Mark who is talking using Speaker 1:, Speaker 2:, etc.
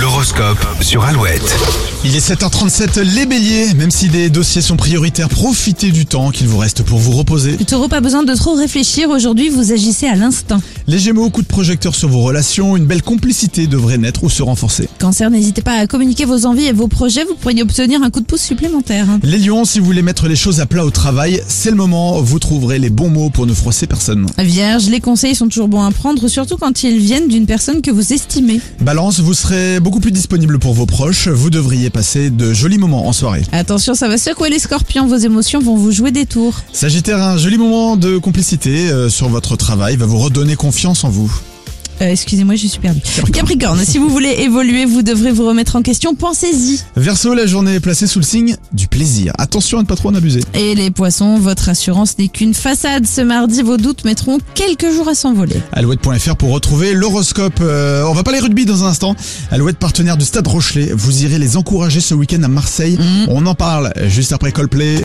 Speaker 1: l'horoscope sur Alouette.
Speaker 2: Il est 7h37, les béliers, même si des dossiers sont prioritaires, profitez du temps qu'il vous reste pour vous reposer.
Speaker 3: Le taureau, pas besoin de trop réfléchir. Aujourd'hui, vous agissez à l'instant.
Speaker 2: Les gémeaux, coup de projecteur sur vos relations, une belle complicité devrait naître ou se renforcer.
Speaker 3: Cancer, n'hésitez pas à communiquer vos envies et vos projets. Vous pourriez obtenir un coup de pouce supplémentaire.
Speaker 2: Les lions, si vous voulez mettre les choses à plat au travail, c'est le moment, vous trouverez les bons mots pour ne froisser personne.
Speaker 3: Vierge, les conseils sont toujours bons à prendre, surtout quand ils viennent d'une personne que vous estimez.
Speaker 2: Balance, vous serez beaucoup plus disponible pour vos proches, vous devriez passer de jolis moments en soirée.
Speaker 3: Attention, ça va secouer les scorpions. Vos émotions vont vous jouer des tours.
Speaker 2: Sagittaire, un joli moment de complicité euh, sur votre travail va vous redonner confiance en vous.
Speaker 3: Euh, Excusez-moi, je suis perdue. Capricorne, si vous voulez évoluer, vous devrez vous remettre en question. Pensez-y.
Speaker 2: Verseau, la journée est placée sous le signe du plaisir. Attention à ne pas trop en abuser.
Speaker 3: Et les poissons, votre assurance n'est qu'une façade. Ce mardi, vos doutes mettront quelques jours à s'envoler.
Speaker 2: Alouette.fr pour retrouver l'horoscope. Euh, on va parler rugby dans un instant. Alouette partenaire du Stade Rochelet. Vous irez les encourager ce week-end à Marseille. On en parle juste après Coldplay.